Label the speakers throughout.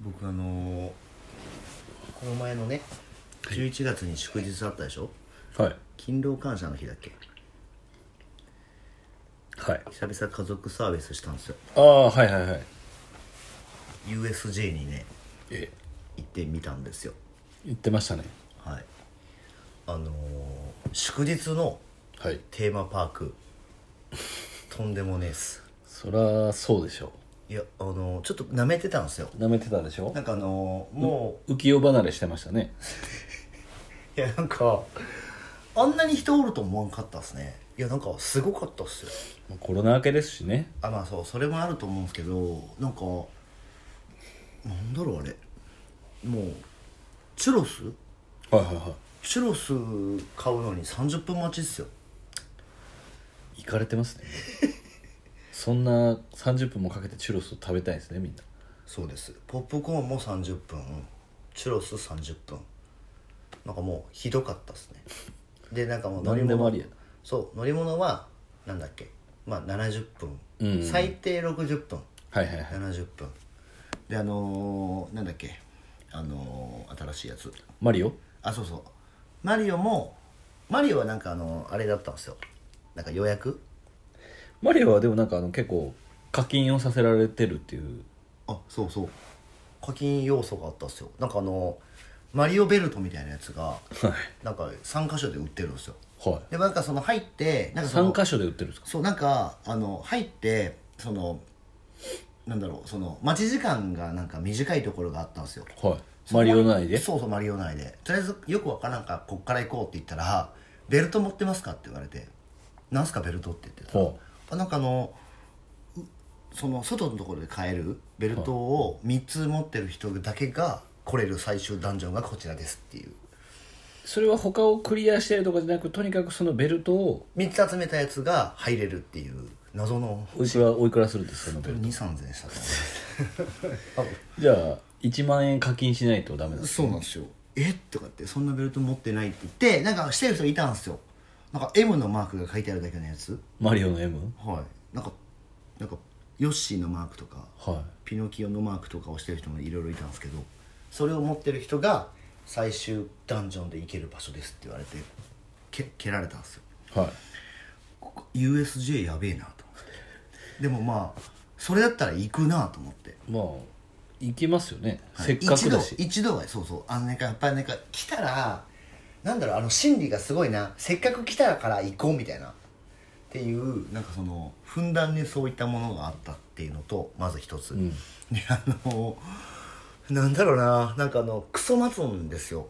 Speaker 1: 僕あのこの前のね11月に祝日あったでしょ、
Speaker 2: はい
Speaker 1: 勤労感謝の日だっけ
Speaker 2: はい
Speaker 1: 久々家族サービスしたんですよ
Speaker 2: ああはいはいはい
Speaker 1: USJ にね
Speaker 2: え
Speaker 1: 行ってみたんですよ
Speaker 2: 言ってましたね
Speaker 1: はいあのー祝日の
Speaker 2: はい
Speaker 1: テーマパークとんでもねえっす
Speaker 2: そらそうでしょ
Speaker 1: いやあのーちょっと舐めてたんですよ
Speaker 2: う舐めてたでしょ
Speaker 1: なんかあのーも
Speaker 2: 浮世離れしてました ね
Speaker 1: ういやなんかあんなに人おると思わんかったっすねいやなんかすごかったっすよ
Speaker 2: まあコロナ明けですしね
Speaker 1: あまあそうそれもあると思うんですけどなんかなんだろうあれもうチュロス
Speaker 2: はいはいは
Speaker 1: チュロス買うのに30分待ちっすよ
Speaker 2: い行かれてますね そんな30分もかけてチュロスを食べたいですねみんな
Speaker 1: そうですポップコーンも30分チュロス30分なんかもうひどかったっすねでなんかもう乗り
Speaker 2: 何でも
Speaker 1: 物
Speaker 2: ありや
Speaker 1: そう乗り物はなんだっけまあ70分、
Speaker 2: うんうん
Speaker 1: 最低60分
Speaker 2: はいはいはい
Speaker 1: 70分であのー、なんだっけあのー、新しいやつ
Speaker 2: マリオ
Speaker 1: あそうそうマリオもマリオはなんかあのあれだったんですよなんか予約
Speaker 2: マリオはでもなんかあの結構課金をさせられてるっていう
Speaker 1: あそうそう課金要素があったんですよなんかあのマリオベルトみたいなやつが
Speaker 2: はい
Speaker 1: なんか3箇所で売ってるんですよ
Speaker 2: は
Speaker 1: でなんかその入ってなん
Speaker 2: い
Speaker 1: かその
Speaker 2: 3箇所で売ってるんですか
Speaker 1: そうなんかあの入ってそのなんだろうその待ち時間がなんか短いところがあったんですよ
Speaker 2: はいマリオ内で
Speaker 1: そうそうマリオ内でとりあえずよくわからんからこっから行こうって言ったら「ベルト持ってますか?」って言われて「なんすかベルト」って言ってたら
Speaker 2: は
Speaker 1: あなんかあのうその外のところで買えるベルトを3つ持ってる人だけが来れる最終ダンジョンがこちらですっていう
Speaker 2: それは他をクリアしてるとかじゃなくとにかくそのベルトを
Speaker 1: 3つ集めたやつが入れるっていう謎の
Speaker 2: おいくらおいくらするんですかそのベルト
Speaker 1: 23000円したと思
Speaker 2: じゃあ1万円課金しないとダメなんです
Speaker 1: そうなんですよえとかってそんなベルト持ってないって言ってなんかしてる人いたんですよなんか M のマークが書いてあるだけのやつ
Speaker 2: マリオの M?
Speaker 1: はいなんかなんかヨッシーのマークとか
Speaker 2: は
Speaker 1: ピノキオのマークとかをしてる人もいろいろいたんですけどそれを持ってる人が最終ダンジョンで行ける場所ですって言われてけ蹴られたんですよ
Speaker 2: いはい
Speaker 1: ここ USJ やべえなと思ってでもまあそれだったら行くなと思って
Speaker 2: まあ行きますよね、
Speaker 1: はい
Speaker 2: せっかくだし
Speaker 1: 一度一度はそうそうあのなんかやっぱりなんか来たらなんだろうあの心理がすごいなせっかく来たから行こうみたいなっていうなんかそのふんだんにそういったものがあったっていうのとまず一つ、
Speaker 2: うん
Speaker 1: であのなんだろうななんかあのクソ待つんですよ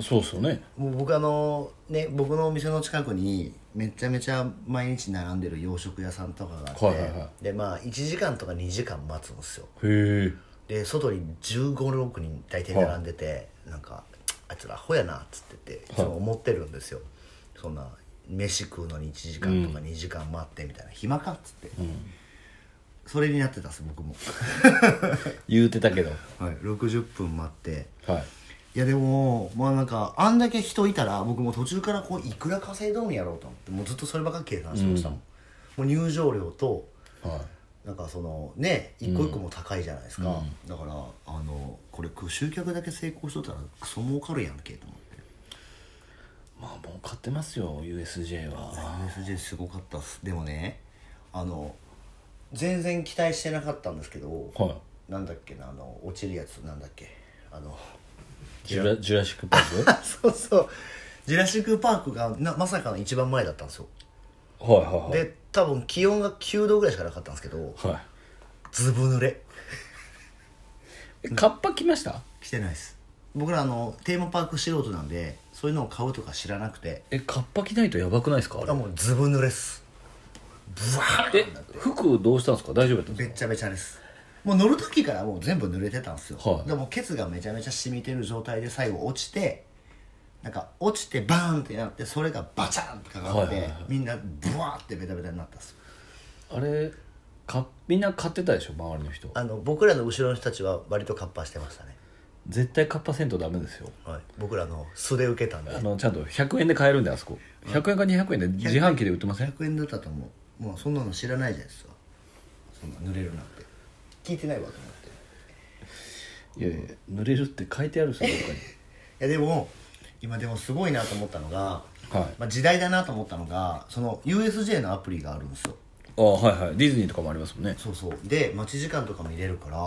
Speaker 2: そうっすよね
Speaker 1: もう僕あのね僕のお店の近くにめちゃめちゃ毎日並んでる洋食屋さんとかがあって、
Speaker 2: はいはいは
Speaker 1: でまあ1時間とか2時間待つんですよ
Speaker 2: へえ
Speaker 1: で外に1 5 6人大体並んでて、なんか「あいつらアホやな」っつってていつも思ってるんですよ、そんな飯食うのに1時間とか2時間待ってみたいな、暇かっつって、それになってたんです 僕も、
Speaker 2: 言うてたけど
Speaker 1: はい、60分待って
Speaker 2: はい
Speaker 1: いやでもまあなんかあんだけ人いたら僕もう途中からこういくら稼いどんやろうと思ってもうずっとそればっかり計算してましたもん、もう入場料と
Speaker 2: は
Speaker 1: なんかそのね一個一個も高いじゃないですか、だからあのこれ集客だけ成功しとったらクソ儲かるやんけと思って
Speaker 2: いまあもう買ってますよ USJ は
Speaker 1: USJ すごかったっすでもねあの全然期待してなかったんですけど
Speaker 2: は
Speaker 1: なんだっけなあの落ちるやつなんだっけあの
Speaker 2: いジュラジュラシック・パークは
Speaker 1: そうそうジュラシック・パークがなまさかの一番前だったんですよ
Speaker 2: い はいはい
Speaker 1: で多分気温が9度ぐらいしかなかったんですけど
Speaker 2: は
Speaker 1: ずぶ濡れ
Speaker 2: いえカッパ来ました
Speaker 1: 来てないです僕らあのテーマパーク素人なんでそういうのを買うとか知らなくて
Speaker 2: えカッパ着ないとやばくないですかあ
Speaker 1: あ
Speaker 2: れ
Speaker 1: もうずぶ濡れっすブワー
Speaker 2: え服どうしたんですか大丈夫だったんで
Speaker 1: べっちゃべちゃですもう乗る時からもう全部濡れてたんですよ、
Speaker 2: はい
Speaker 1: でもケツがめちゃめちゃ染みてる状態で最後落ちてなんか落ちてバーンってなってそれがバチャンってかかって、
Speaker 2: はいはいはい
Speaker 1: みんなブワーってベタベタになったんですよ
Speaker 2: すかあれかみんな買ってたでしょ周りの人
Speaker 1: あの僕らの後ろの人たちは割とカッパしてましたね、
Speaker 2: 絶対カッパせんとダメですよ
Speaker 1: はい、僕らの素で受けたんで
Speaker 2: あのちゃんと100円で買えるんであそこ100円か200円で自販機で売ってません
Speaker 1: 100円だったと思うもうそんなの知らないじゃないですかそんな濡れるなんて聞いてないわと思って
Speaker 2: いやいや濡れるって書いてあるさどっ
Speaker 1: いやでも今でもすごいなと思ったのが、
Speaker 2: かにはい
Speaker 1: まあ、時代だなと思ったのがその USJ のアプリがあるんですよ
Speaker 2: あはいはいディズニーとかもありますもんね
Speaker 1: そうそうで待ち時間とかも入れるから、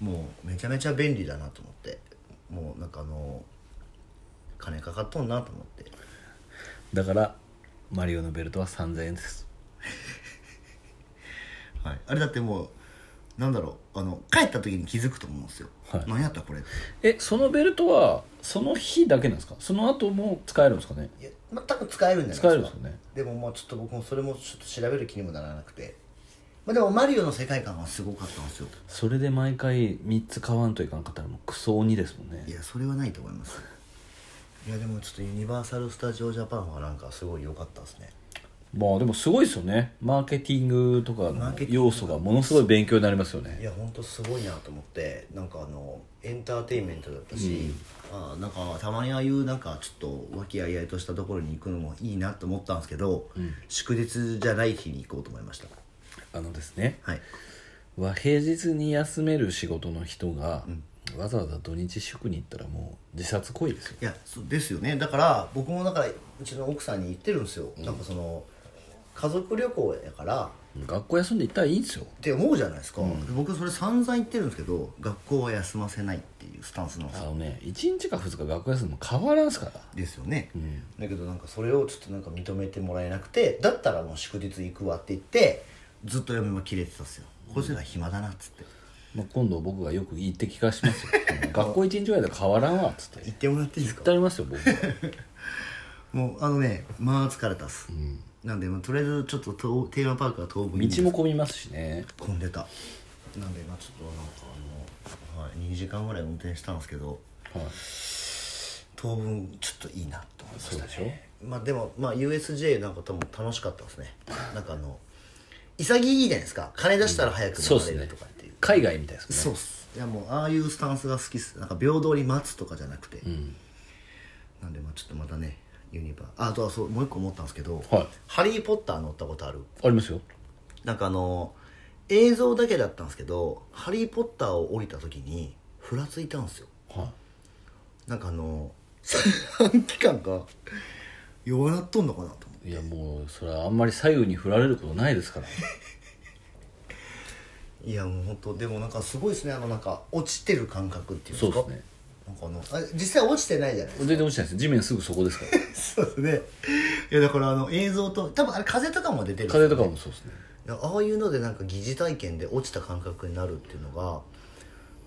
Speaker 1: もうめちゃめちゃ便利だなと思ってもうなんかあの金かかっとんなと思って
Speaker 2: だからマリオのベルトは3000円です
Speaker 1: はい、あれだってもうなんだろうあの帰った時に気づくと思うんですよ、
Speaker 2: はい
Speaker 1: 何やったこれ
Speaker 2: えそのベルトはその日だけなんですかその後も使えるんですかね
Speaker 1: いや、まあ、多分使えるんじゃないです
Speaker 2: 使
Speaker 1: か
Speaker 2: えるんですよね
Speaker 1: でもまあちょっと僕もそれもちょっと調べる気にもならなくて、まあ、でもマリオの世界観はすごかったんですよ
Speaker 2: それで毎回3つ買わんといかんかったらもうクソ鬼ですもんね
Speaker 1: いやそれはないと思いますいやでもちょっとユニバーサル・スタジオ・ジャパンはなんかすごい良かったですね
Speaker 2: まあでもすごいですよねマーケティングとか
Speaker 1: マ
Speaker 2: の
Speaker 1: ーケティング
Speaker 2: 要素がものすごい勉強になりますよね
Speaker 1: いや本当すごいなと思ってなんかあのエンターテインメントだったし、あーなんかたまにああいうなんかちょっと和気あいあいとしたところに行くのもいいなと思ったんですけど、祝日じゃない日に行こうと思いました
Speaker 2: あのですね
Speaker 1: はい
Speaker 2: 和平日に休める仕事の人が、わざわざ土日祝に行ったらもう自殺行為ですよ
Speaker 1: いやそうですよねだから僕もだからうちの奥さんに言ってるんですよ、なんかその家族旅行やから
Speaker 2: 学校休んで行ったらいいんですよ
Speaker 1: って思うじゃないですか、で僕それ散々言ってるんですけど学校は休ませないっていうスタンスなんです
Speaker 2: あ
Speaker 1: よ
Speaker 2: のね1日か2日学校休んでも変わらんすから
Speaker 1: ですよね、だけどなんかそれをちょっとなんか認めてもらえなくてだったらもう祝日行くわって言ってずっと嫁も切れてたんですよ、こいつら暇だなっつって
Speaker 2: まあ、今度僕がよく言って聞かし ますよ学校一日ぐらいで変わらんわっつって
Speaker 1: 言ってもらっていいですか
Speaker 2: 伝えますよ僕は
Speaker 1: もうあのねまあ疲れたっす、なんで、まあ、とりあえずちょっととテーマパークは当分
Speaker 2: 道も混みますしね
Speaker 1: 混んでたなんでまあちょっとなんかあの、はい、2時間ぐらい運転したんですけど
Speaker 2: はい
Speaker 1: 当分ちょっといいなと思いました
Speaker 2: そうでしょ
Speaker 1: まあでも、まあ、USJ なんか多分楽しかったですねなんかあの潔いじゃないですか金出したら早く
Speaker 2: そうで
Speaker 1: 戻れる
Speaker 2: すね
Speaker 1: とかっていう
Speaker 2: 海外みたいですね
Speaker 1: そうっすいやもうああいうスタンスが好きっすなんか平等に待つとかじゃなくて、なんでまあちょっとまたねユニバーああとはそうもう一個思ったんですけど「
Speaker 2: はい
Speaker 1: ハリー・ポッター」乗ったことある
Speaker 2: ありますよ
Speaker 1: なんかあの映像だけだったんですけど「ハリー・ポッター」を降りた時にふらついたんですよ
Speaker 2: は
Speaker 1: なんかあ の三半期間が弱なっとんのかなと思って
Speaker 2: いいやもうそれはあんまり左右に振られることないですから
Speaker 1: いやもう本当でもなんかすごいですねあのなんか落ちてる感覚っていうんです
Speaker 2: そう
Speaker 1: か
Speaker 2: ですね
Speaker 1: なんかあのあ実際落ちてないじゃないですか
Speaker 2: 全然落ちないです地面すぐそこですから
Speaker 1: そうですねいやだからあの映像と多分あれ風とかも出てる
Speaker 2: 風とかもそうですね
Speaker 1: いやああいうのでなんか疑似体験で落ちた感覚になるっていうのが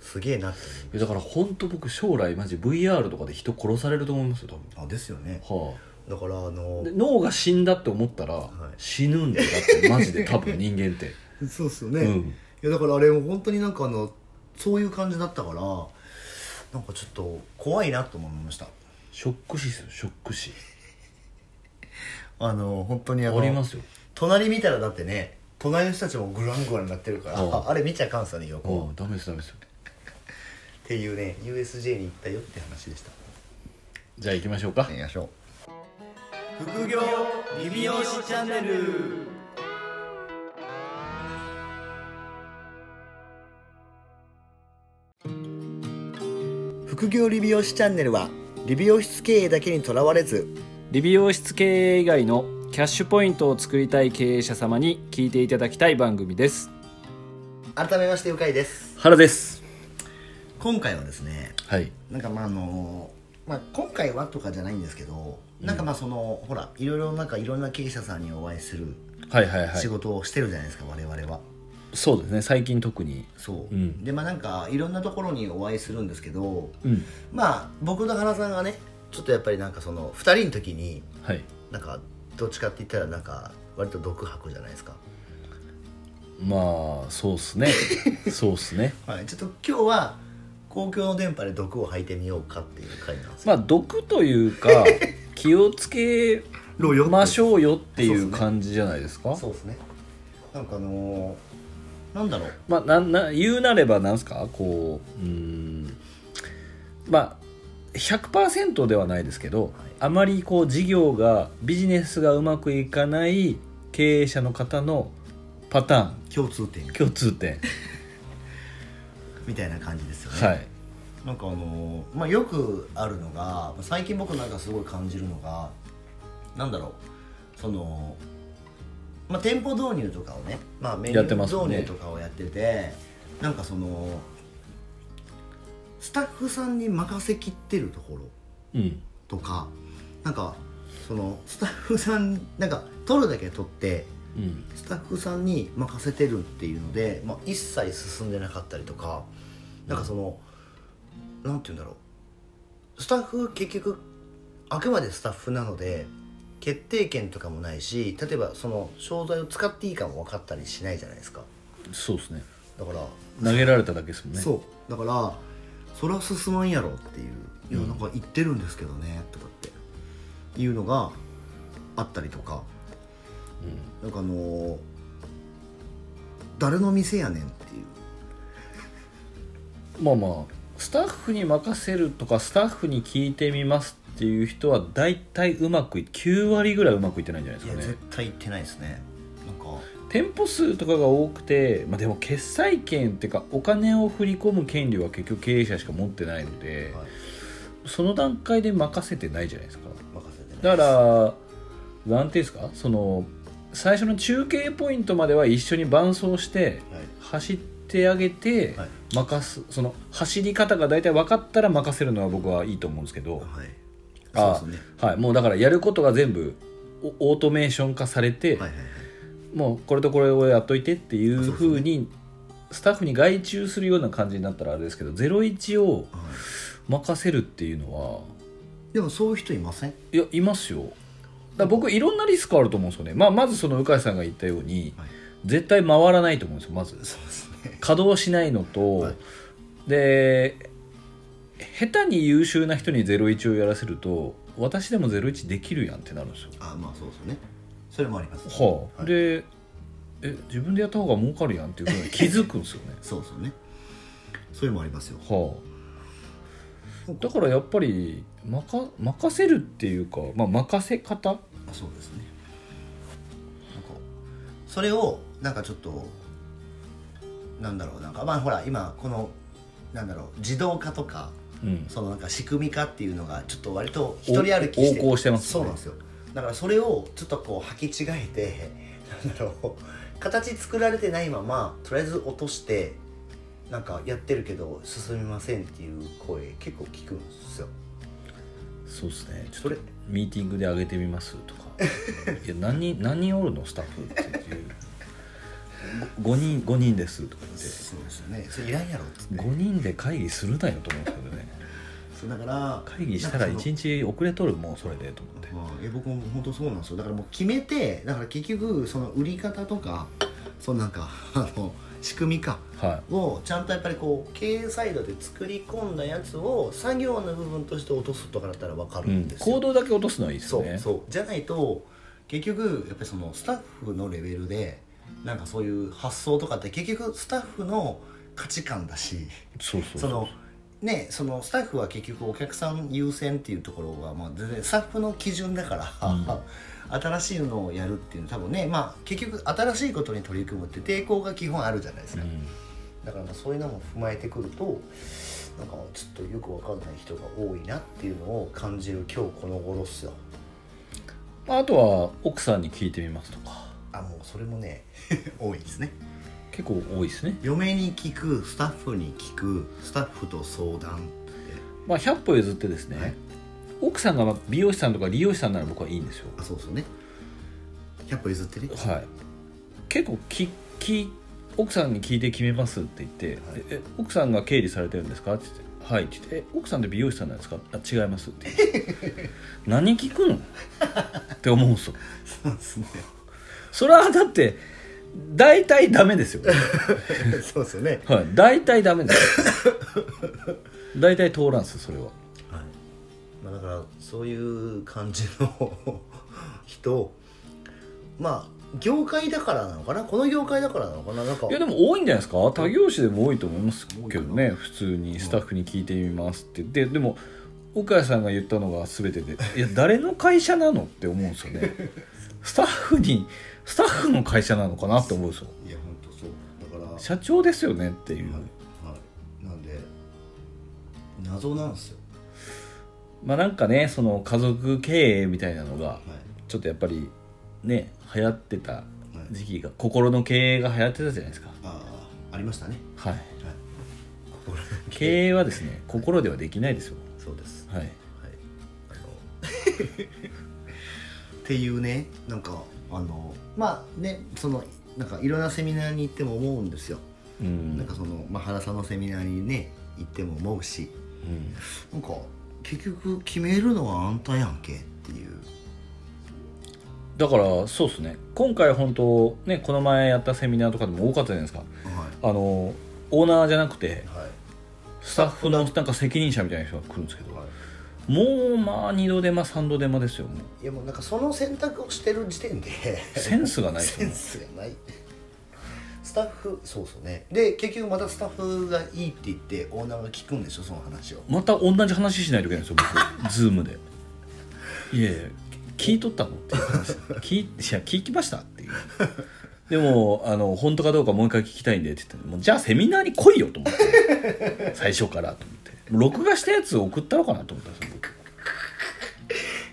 Speaker 1: すげえなって
Speaker 2: いやだから本当僕将来マジ VR とかで人殺されると思いますよ
Speaker 1: 思うあですよね
Speaker 2: 多分は
Speaker 1: だからあ
Speaker 2: あ
Speaker 1: の
Speaker 2: で脳が死んだって思ったら、死ぬんだよだってマ ジで多分人間って
Speaker 1: そうっすよね、
Speaker 2: うん
Speaker 1: いやだからあれも本当になんかあのそういう感じだったからなんかちょっと怖いなと思いました
Speaker 2: ショック死ですよショック死
Speaker 1: あの本当にあ
Speaker 2: あ
Speaker 1: の
Speaker 2: りますよ
Speaker 1: 隣見たらだってね隣の人たちもグラングランなってるから、
Speaker 2: うん
Speaker 1: ああれ見ちゃあかんさね横、っ
Speaker 2: うんダメですダメですよ
Speaker 1: ていうね USJ に行ったよって話でした
Speaker 2: じゃあ行きましょうか
Speaker 1: 行きましょう
Speaker 3: 副業リビオシチャンネル
Speaker 1: 副業理美容師チャンネルは理美容室経営だけにとらわれず
Speaker 4: 理美容室経営以外のキャッシュポイントを作りたい経営者様に聞いていただきたい番組です
Speaker 1: 改めましてうかいです
Speaker 2: 原です
Speaker 1: 今回はですね
Speaker 2: はい
Speaker 1: なんかまああのまあ、今回はとかじゃないんですけど、なんかまあそのほらいろいろなんかいろんな経営者さんにお会いする
Speaker 2: はいはいは
Speaker 1: 仕
Speaker 2: い
Speaker 1: 事をしてるじゃないですか、我々は
Speaker 2: そうですね最近特に
Speaker 1: そう、
Speaker 2: うん
Speaker 1: でまあなんかいろんなところにお会いするんですけど、
Speaker 2: うん
Speaker 1: まあ僕と原さんがねちょっとやっぱりなんかその2人の時に
Speaker 2: はい
Speaker 1: なんかどっちかって言ったらなんか割と独白じゃないですか
Speaker 2: まあそうっす ねそうっすね
Speaker 1: はい、ちょっと今日は公共の電波で毒を吐いてみようかっていう回なんですよ
Speaker 2: まあ毒とい うか気をつけ
Speaker 1: ろよって
Speaker 2: ましょうよってい
Speaker 1: そうっ
Speaker 2: う
Speaker 1: すね
Speaker 2: 感じじゃないですか
Speaker 1: そうですねなんかあのー、なんだろう
Speaker 2: まあなんな言うなればなんすかこううーんまあ100%ではないですけど、あまりこう事業がビジネスがうまくいかない経営者の方のパターン
Speaker 1: 共通点
Speaker 2: 共通点
Speaker 1: みたいな感じですよね、
Speaker 2: はい
Speaker 1: なんかあのーまあ、よくあるのが最近僕なんかすごい感じるのがなんだろうその、まあ、店舗導入とかをね、まあ、メニ
Speaker 2: や
Speaker 1: ュ
Speaker 2: ってますね
Speaker 1: ー導入とかをやっててなんかそのスタッフさんに任せきってるところ
Speaker 2: うん
Speaker 1: とかなんかそのスタッフさんなんか取るだけ取って
Speaker 2: うん
Speaker 1: スタッフさんに任せてるっていうので、まあ、一切進んでなかったりとかなんかその、なんて言うんだろうスタッフ結局あくまでスタッフなので決定権とかもないし例えばその商材を使っていいかも分かったりしないじゃないですか
Speaker 2: そうですね
Speaker 1: だから、
Speaker 2: 投げられただけですもんね
Speaker 1: そうだからそれは進まんやろっていういやなんか言ってるんですけどねとかっていうのがあったりとか
Speaker 2: う
Speaker 1: な
Speaker 2: ん
Speaker 1: んかあのー誰の店やねんっていう
Speaker 2: まあまあスタッフに任せるとかスタッフに聞いてみますっていう人は大体うまくい9割ぐらいうまくいってないんじゃない
Speaker 1: い
Speaker 2: で
Speaker 1: や
Speaker 2: すかね
Speaker 1: 絶対行ってないですねなんか
Speaker 2: 店舗数とかが多くて、まあ、でも決済権っていうかお金を振り込む権利は結局経営者しか持ってないので、
Speaker 1: はい
Speaker 2: その段階で任せてないじゃないですか
Speaker 1: 任せてない
Speaker 2: だからなんていうんですかその最初の中継ポイントまでは一緒に伴走して
Speaker 1: はい
Speaker 2: 走ってあげて
Speaker 1: はい
Speaker 2: 任す、その走り方が大体分かったら任せるのは僕はいいと思うんですけど、
Speaker 1: はい
Speaker 2: あ
Speaker 1: そうですね
Speaker 2: はい、もうだからやることが全部おオートメーション化され
Speaker 1: は
Speaker 2: て、
Speaker 1: いはいはい
Speaker 2: もうこれとこれをやっといてっていうふうにスタッフに外注するような感じになったらあれですけど01
Speaker 1: は
Speaker 2: を任せるっていうのはい
Speaker 1: でもそういう人いません
Speaker 2: いやいますよだから僕いろんなリスクあると思うんですよね、まあ、まずその鵜飼さんが言ったように、
Speaker 1: はい
Speaker 2: 絶対回らないと思うんですよまず
Speaker 1: そうですね
Speaker 2: 稼働しないのと、
Speaker 1: はい
Speaker 2: で下手に優秀な人に01をやらせると私でも01できるやんってなるんですよ
Speaker 1: あまあそうですよねそれもあります
Speaker 2: はあ、
Speaker 1: はい
Speaker 2: でえ自分でやった方が儲かるやんっていうふうに気づくんですよね
Speaker 1: そうですよねそれもありますよ
Speaker 2: はあだからやっぱり任任せるっていうか、まあ、任せ方
Speaker 1: あそうですねなんかそれをなんかちょっとなんだろうなんかまあほら今このなんだろう自動化とか
Speaker 2: うん
Speaker 1: そのなんか仕組み化っていうのがちょっと割と一人歩きして
Speaker 2: 横行してますね
Speaker 1: そうなんですよだからそれをちょっとこう履き違えてなんだろう形作られてないままとりあえず落としてなんかやってるけど進みませんっていう声結構聞くんですよ
Speaker 2: そうですねち
Speaker 1: そ
Speaker 2: ょっ
Speaker 1: れ
Speaker 2: とミーティングで上げてみますと かいや何人何人おるのスタッフっていう5人5人ですとか言って
Speaker 1: そうですよねそれいらんやろっつって
Speaker 2: 5人で会議するなよと思うんですけどね
Speaker 1: そうだから
Speaker 2: 会議したら
Speaker 1: なんかその
Speaker 2: 1日遅れとるもうそれでと思って
Speaker 1: まあ、いや僕も本当そうなんですよだからもう決めてだから結局その売り方とかそのなんかあの仕組みか
Speaker 2: は
Speaker 1: をちゃんとやっぱりこう経営サイドで作り込んだやつを作業の部分として落とすとかだったら分か
Speaker 2: い、う
Speaker 1: るん
Speaker 2: ん、
Speaker 1: ですよ、
Speaker 2: 行動だけ落とすのはいいです
Speaker 1: そ
Speaker 2: よね
Speaker 1: うそうじゃないと結局やっぱりそのスタッフのレベルでなんかそういう発想とかって結局スタッフの価値観だし
Speaker 2: そうそう
Speaker 1: そのねそのスタッフは結局お客さん優先っていうところは、まあ、全然スタッフの基準だから、新しいのをやるっていうの多分ね、まあ、結局新しいことに取り組むって抵抗が基本あるじゃないですか、
Speaker 2: うん
Speaker 1: だからまあそういうのも踏まえてくるとなんかちょっとよくわかんない人が多いなっていうのを感じる今日この頃っすよ
Speaker 2: まあ、あとは奥さんに聞いてみますとか
Speaker 1: あもうそれもね 多いですね
Speaker 2: 結構多いですね
Speaker 1: 嫁に聞くスタッフに聞くスタッフと相談って
Speaker 2: まあ100歩譲ってですね、
Speaker 1: はい
Speaker 2: 奥さんが美容師さんとか理容師さんなら僕はいいんですよ
Speaker 1: あそうそうね100歩譲っ てね
Speaker 2: はい、結構きき奥さんに聞いて決めますって言って「
Speaker 1: はい
Speaker 2: ええ奥さんが経理されてるんですか?」って言って「はい」って言ってえ「奥さんって美容師さんなんですか?」あ「違います」って言って「何聞くの?」って思うんですよ
Speaker 1: そうですね
Speaker 2: それはだって大体ダメですよ、
Speaker 1: そうですよね
Speaker 2: はい、大体ダメですよ大体通らんすそれは
Speaker 1: はい、まあ、だからそういう感じの人まあ業界だからなのかなこの業界だからなのかななんか
Speaker 2: いやでも多いんじゃないですか他業種でも多いと思いますけどね普通にスタッフに聞いてみますってででも岡谷さんが言ったのが全 てでいや誰の会社なのって思うんですよねスタッフにスタッフの会社なのかなって思うんですよ
Speaker 1: いや本当そうだから
Speaker 2: 社長ですよねっていう、
Speaker 1: はい、はい謎なんですよ、
Speaker 2: まあなんかねその家族経営みたいなのが
Speaker 1: はい、
Speaker 2: ちょっとやっぱりね流行ってた
Speaker 1: い
Speaker 2: 時期が心の経営が流行ってたじゃないですか
Speaker 1: ああありましたね
Speaker 2: はい
Speaker 1: はい心の
Speaker 2: 経営はですね心ではできないですよ
Speaker 1: そうです
Speaker 2: はい
Speaker 1: はいあの っていうねなんかあのまあねそのなんかいろんなセミナーに行っても思うんですよ、
Speaker 2: う
Speaker 1: なん
Speaker 2: ん
Speaker 1: かその、まあ、原さんのセミナーにね行っても思うし
Speaker 2: う
Speaker 1: な
Speaker 2: ん
Speaker 1: んか結局決めるのはあんたやんけっていう
Speaker 2: だからそうですね今回本当ねこの前やったセミナーとかでも多かったじゃないですか
Speaker 1: は
Speaker 2: あのオーナーじゃなくて
Speaker 1: いはい
Speaker 2: スタッフのなんか責任者みたいな人が来るんですけど
Speaker 1: は
Speaker 2: もうまあ二度手間三度手間ですよもう
Speaker 1: いやもうなんかその選択をしてる時点で
Speaker 2: センスがないです
Speaker 1: セ
Speaker 2: よ
Speaker 1: ンスがないスタッフそうそうねで結局またスタッフがいいって言ってオーナーが聞くんでしょその話を
Speaker 2: また同じ話しないといけないんですよ僕ズームでいやいや聞いとったのっていう話聞いいや聞きましたっていうでもあの本当かどうかもう一回聞きたいんでって言ってもうじゃあセミナーに来いよと思って最初からと思って録画したやつ送ったのかなと思ったんですよ僕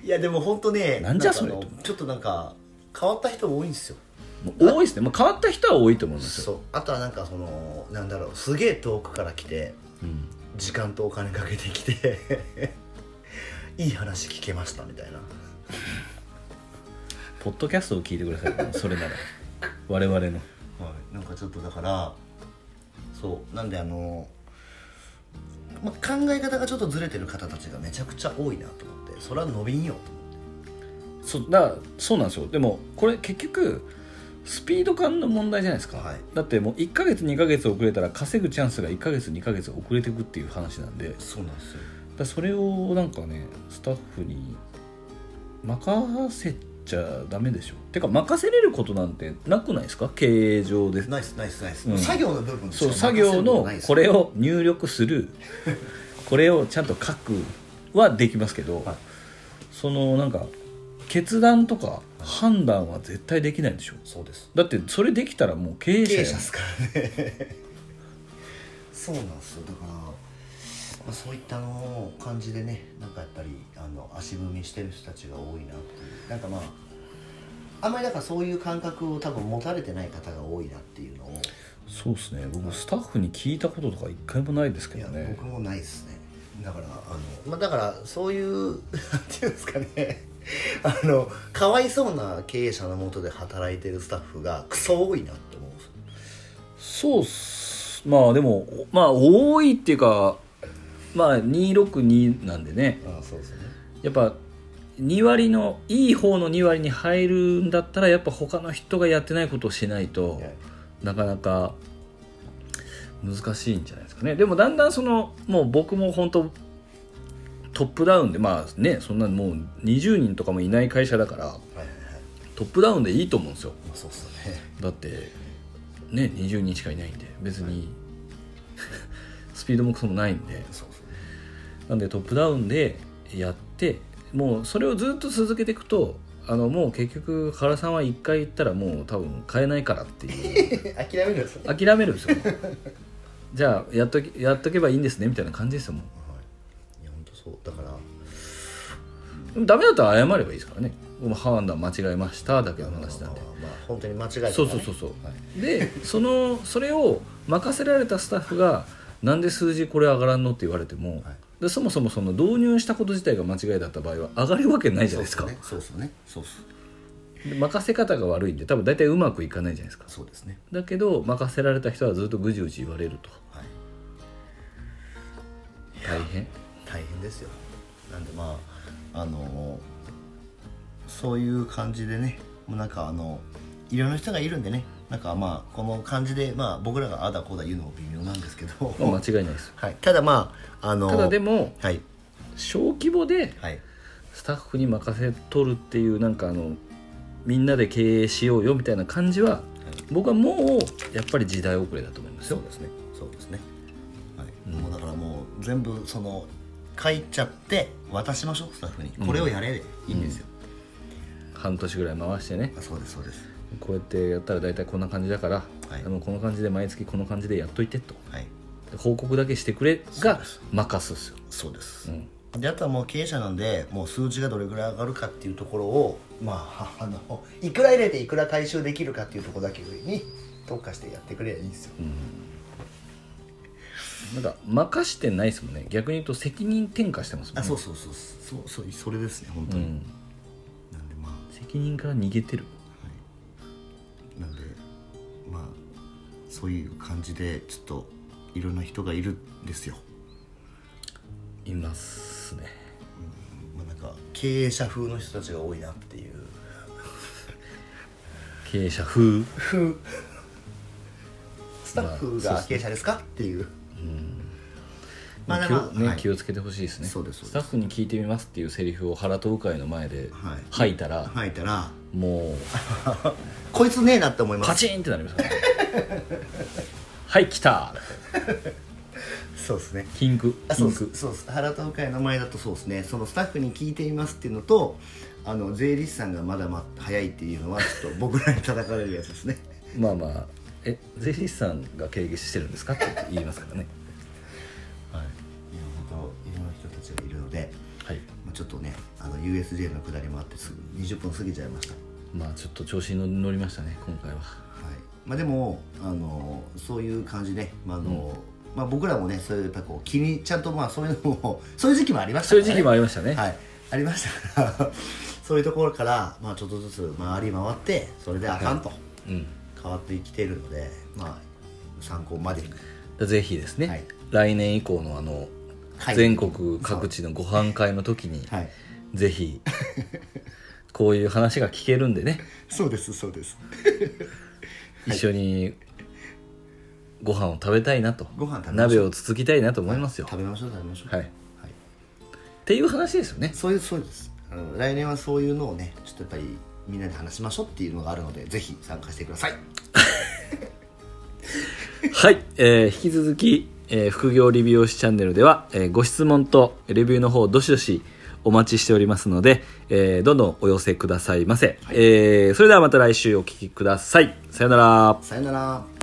Speaker 1: いやでも本当ね
Speaker 2: なんじゃそれ
Speaker 1: かあのちょっとなんか変わった人多いんですよ
Speaker 2: もう多いですね、まあ、変わった人は多いと思うんですよ、
Speaker 1: そうあとはなんかそのなんだろうすげえ遠くから来て
Speaker 2: うん
Speaker 1: 時間とお金かけてきて いい話聞けましたみたいな
Speaker 2: ポッドキャストを聞いてくださいもうそれなら我々の
Speaker 1: はい、なんかちょっとだからそうなんであの、ま、考え方がちょっとずれてる方たちがめちゃくちゃ多いなと思ってそれは伸びんよと思って
Speaker 2: そうだからそうなんですよでもこれ結局スピード感の問題じゃないですか、
Speaker 1: はい
Speaker 2: だってもう1ヶ月2ヶ月遅れたら稼ぐチャンスが1ヶ月2ヶ月遅れていくっていう話なんでだか
Speaker 1: そうなんですよ
Speaker 2: らそれをなんかねスタッフに任せちゃダメでしょてか任せれることなんてなくないですか経営上で
Speaker 1: ナイスナイスナイス、
Speaker 2: うん
Speaker 1: 作業の部分
Speaker 2: そう作業のこ
Speaker 1: れ
Speaker 2: れを入力 するこれをちゃんと書くはできますけど、
Speaker 1: はい
Speaker 2: そのなんか決断とか判断は絶対できないでしょ
Speaker 1: そうです
Speaker 2: だってそれできたらもう経営者
Speaker 1: 経
Speaker 2: や
Speaker 1: 営
Speaker 2: ん
Speaker 1: 者ですからねそうなんですよだから、まあ、そういったの感じでねなんかやっぱりあの足踏みしてる人たちが多いなっていうなんかまああんまりだからそういう感覚を多分持たれてない方が多いなっていうのを
Speaker 2: そうですね僕スタッフに聞いたこととか一回もないですけ
Speaker 1: い
Speaker 2: ど
Speaker 1: や、
Speaker 2: ね
Speaker 1: 僕もないですねだからあの、まあ、だからそういう なんていうんですかね あのかわいそうな経営者のもとで働いてるスタッフがクソ多いなって思うんですよ
Speaker 2: そうっすまあでもまあ多いっていうかまあ262なんでね
Speaker 1: ああそうですね
Speaker 2: やっぱ2割のいい方の2割に入るんだったらやっぱ他の人がやってないことをしないとなかなか難しいんじゃないですかねでもだんだんそのもう僕も本当トップダウンでまあねそんなもう20人とかもいない会社だから
Speaker 1: はいはいはい
Speaker 2: トップダウンでいいと思うんですよ
Speaker 1: まあそうっすね
Speaker 2: だってね20人しかいないんで別に スピードもクソもないんで
Speaker 1: そうっすね
Speaker 2: なんでトップダウンでやってもうそれをずっと続けていくとあのもう結局原さんは1回行ったらもう多分買えないからっていう
Speaker 1: 諦めるんですね、
Speaker 2: 諦めるんですよ じゃあやっときやっとけばいいんですねみたいな感じですよも
Speaker 1: はい、いや本当そうだから
Speaker 2: うでもダメだったら謝ればいいですからね「もう判断間違えました」だけの話なんで
Speaker 1: まあまあまあまあ本当に間違いとかね、
Speaker 2: そうそうそうそう、でそのそれを任せられたスタッフが「なんで数字これ上がらんの?」って言われて
Speaker 1: は
Speaker 2: も、
Speaker 1: い
Speaker 2: でそもそもその導入したこと自体が間違いだった場合は上がるわけないじゃないですか
Speaker 1: そうっすねそうっすねそうっす
Speaker 2: で任せ方が悪いんで多分大体うまくいかないじゃないですか
Speaker 1: そうですね
Speaker 2: だけど任せられた人はずっとぐじぐじ言われると
Speaker 1: はい
Speaker 2: 大変
Speaker 1: 大変ですよなんでまああのそういう感じでねもうなんかあのいろんな人がいるんでねなんかまあこの感じで、まあ、僕らがあだこうだ言うのも微妙なんですけど、
Speaker 2: まあ間違いないです
Speaker 1: はい、ただまああの
Speaker 2: ただでも
Speaker 1: はい
Speaker 2: 小規模で
Speaker 1: はい
Speaker 2: スタッフに任せとるっていうなんかあのみんなで経営しようよみたいな感じは僕はもうやっぱり時代遅れだと思いますよ
Speaker 1: すねそうですね、はい
Speaker 2: うん
Speaker 1: もうだからもう全部その書いちゃって渡しましょうスタッフにこれをやれでいいんですよ、
Speaker 2: 半年ぐらい回してね
Speaker 1: あそうですそうです
Speaker 2: こうやってやったら大体こんな感じだから、
Speaker 1: はい
Speaker 2: あのこの感じで毎月この感じでやっといてと
Speaker 1: はい
Speaker 2: 報告だけしてくれが任すっすよ
Speaker 1: そうです、であとはもう経営者なんでもう数字がどれぐらい上がるかっていうところをま ああのいくら入れていくら回収できるかっていうところだけ上に特化してやってくれりゃいいんですよ、
Speaker 2: なんか任してないですもんね逆に言うと責任転嫁してますもんね
Speaker 1: あそうそうそうそうそうそれですね本当
Speaker 2: う
Speaker 1: に、
Speaker 2: ん
Speaker 1: なんでまあ
Speaker 2: 責任から逃げてる
Speaker 1: はい、なんでまあそういう感じでちょっといろんな人がいるんですよ、
Speaker 2: いますね
Speaker 1: まあ、なんか経営者風の人たちが多いなっていう
Speaker 2: 経営者風
Speaker 1: スタッフ
Speaker 2: まあ
Speaker 1: が
Speaker 2: そう
Speaker 1: 経営者ですかっていう、まあ
Speaker 2: まあ
Speaker 1: だ
Speaker 2: 気
Speaker 1: から
Speaker 2: をね
Speaker 1: はい
Speaker 2: 気をつけてほしいですね
Speaker 1: そうですそうです
Speaker 2: スタッフに聞いてみますっていうセリフを原と鵜飼の前で
Speaker 1: はい
Speaker 2: 吐いたら、
Speaker 1: 吐いたら
Speaker 2: もう
Speaker 1: こいつねえなって思います
Speaker 2: カチンってなりま すからねはい来た
Speaker 1: そうですね
Speaker 2: キンク
Speaker 1: あ
Speaker 2: キ
Speaker 1: そう
Speaker 2: ン
Speaker 1: っ
Speaker 2: ク
Speaker 1: すそうっす原田会の前だとそうですねそのスタッフに聞いていますっていうのとあの税理士さんがまだま早いっていうのはちょっと僕らに叩かれるやつですね
Speaker 2: まあまあえ税理士さんが経営してるんですかって言いますからね
Speaker 1: はい、いや本当いろんな人たちがいるので、
Speaker 2: はい
Speaker 1: まあ、ちょっとねあの USJ の下りもあってすぐ20分過ぎちゃいました、
Speaker 2: まあちょっと調子に乗りましたね今回は
Speaker 1: はいまあ、でもあのそういう感じね、まああのまあ、僕らもねそういうやっぱこう気にちゃんとまあそういうのも そういう時期もありました
Speaker 2: そう
Speaker 1: か
Speaker 2: い
Speaker 1: らね
Speaker 2: う時期もありましたね、
Speaker 1: はい、ありましたから そういうところから、まあ、ちょっとずつ回り回ってそれであかんと
Speaker 2: うん
Speaker 1: 変わってきてるので、まあ、参考までに。
Speaker 2: ぜひですね、
Speaker 1: はい
Speaker 2: 来年以降のあの
Speaker 1: はい
Speaker 2: 全国各地のご飯会の時に、
Speaker 1: はい
Speaker 2: ぜ ひこういう話が聞けるんでね
Speaker 1: そうですそうです
Speaker 2: 一緒にご飯を食べたいなと
Speaker 1: ご飯食べましょう
Speaker 2: 鍋をつつきたいなと思いますよ、
Speaker 1: 食べましょう食べましょう
Speaker 2: はい
Speaker 1: はい
Speaker 2: っていう話ですよね
Speaker 1: そういうそうですあの来年はそういうのをねちょっとやっぱりみんなで話しましょうっていうのがあるのでぜひ参加してください
Speaker 2: はい、えー引き続き、えー副業理美容師チャンネルでは、えーご質問とレビューの方どしどしお待ちしておりますので、えーどんどんお寄せくださいませ、えーそれではまた来週お聞きくださいさよなら
Speaker 1: さよなら